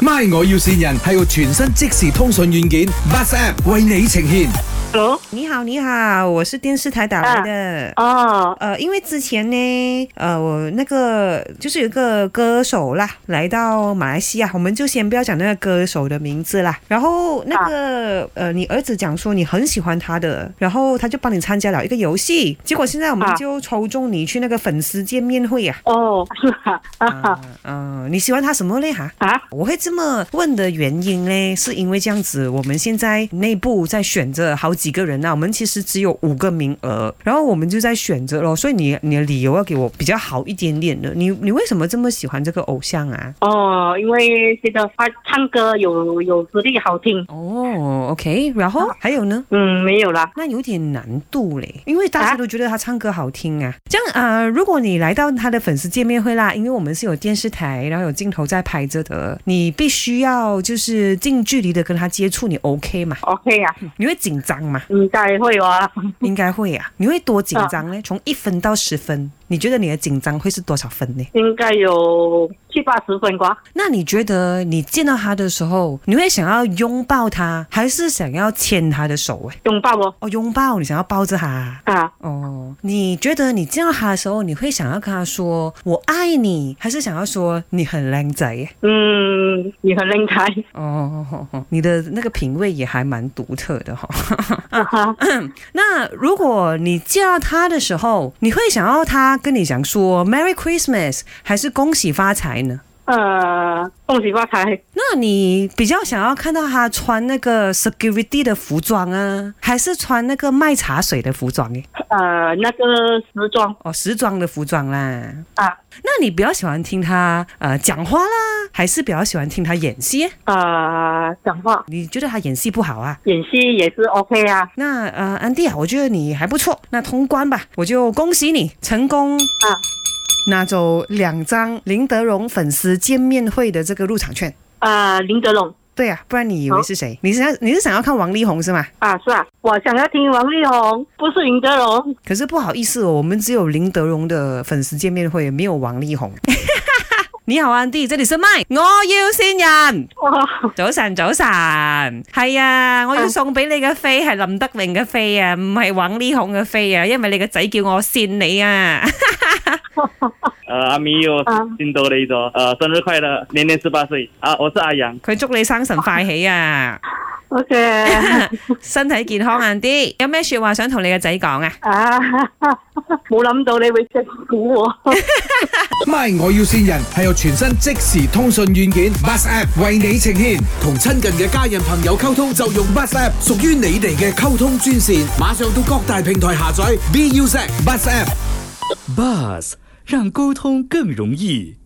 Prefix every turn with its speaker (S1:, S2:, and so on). S1: My 我要線人係個全新即時通訊軟件 Bus App 為你呈現。
S2: Hello，
S3: 你好，你好，我是电视台打来的。
S2: 哦，
S3: 呃，因为之前呢，呃，我那个就是有一个歌手啦，来到马来西亚，我们就先不要讲那个歌手的名字啦。然后那个、呃，你儿子讲说你很喜欢他的，然后他就帮你参加了一个游戏，结果现在我们
S2: 啊
S3: 就抽中你去那个粉丝见面会呀、
S2: 哦， 是啊，
S3: 啊。嗯、你喜欢他什么嘞哈？
S2: 啊，
S3: 我会这么问的原因呢，是因为这样子，我们现在内部在选择好几个人啊呐、我们其实只有五个名额，然后我们就在选择咯，所以你你的理由要给我比较好一点点的。你你为什么这么喜欢这个偶像啊？
S2: 哦，因为觉得他唱歌有有实力，好听。
S3: 哦，OK，然后还有呢？
S2: 嗯，没有啦。
S3: 那有点难度嘞，因为大家都觉得他唱歌好听啊。这样啊、呃如果你来到他的粉丝见面会啦，因为我们是有电视台，然后有镜头在拍着的，你必须要就是近距离的跟他接触，你 OK 嘛？
S2: OK 啊，
S3: 你会紧张吗？
S2: 应该会哦哇。
S3: 应该会啊。你会多紧张呢？从一分到十分，你觉得你的紧张会是多少分呢？
S2: 应该有七八十分啩。
S3: 那你觉得你见到他的时候，你会想要拥抱他，还是想要牵他的手？哎，
S2: 拥抱哦，
S3: 哦，拥抱，你想要抱着他。
S2: 啊，
S3: 哦，你觉得你见到他的时候，你会想要跟他说“我爱你”，还是想要说“你很靓仔耶
S2: 嗯，你很厉害。”？
S3: 哦，你的那个品味也还蛮独特的哈、
S2: 啊哈，
S3: 那如果你见到他的时候，你会想要他跟你讲说 “Merry Christmas” 还是“恭喜发财”呢？
S2: 呃，恭喜发财。
S3: 那你比较想要看到他穿那个 security 的服装啊，还是穿那个卖茶水的服装？诶，
S2: 呃，那个时装
S3: 哦，时装的服装啦。
S2: 啊，
S3: 那你比较喜欢听他呃讲话啦，还是比较喜欢听他演戏？
S2: 呃，讲话
S3: 你觉得他演戏不好啊？
S2: 演戏也是 OK 啊。
S3: 那呃，安迪啊，我觉得你还不错，那通关吧，我就恭喜你成功
S2: 啊，
S3: 拿走两张林德荣粉丝见面会的这个入场券。
S2: 啊，林德龙
S3: 对啊，不然你以为是谁？你是想你是想要看王力宏是吗？
S2: 啊，是啊，我想要听王力宏，不是林德龙。
S3: 可是不好意思哦，我们只有林德荣的粉丝见面会，没有王力宏。 你好，安迪，这里是麦，我要先人。
S2: 哦
S3: 早晨，早晨，係啊，我要送俾你嘅飛係林德榮嘅飛啊，唔係王力宏嘅飛啊，因為你個仔叫我扇你啊。
S4: 呃，阿咪哟
S2: 啊，
S4: 新多的一周，呃，生日快乐，年年十八岁啊！我是阿阳，
S3: 佢祝你生辰快喜啊，
S2: ，OK
S3: 身體健康硬啲。有咩说話想同你嘅仔講啊？
S2: 啊，冇諗到你會識估我。
S1: My 我要線人係由全新即時通訊軟件 Bus App 為你呈現。同親近嘅家人朋友溝通就用 Bus App，屬於你哋嘅溝通專線。馬上到各大平台下載 BUZ Bus App。
S5: Buzz 让沟通更容易。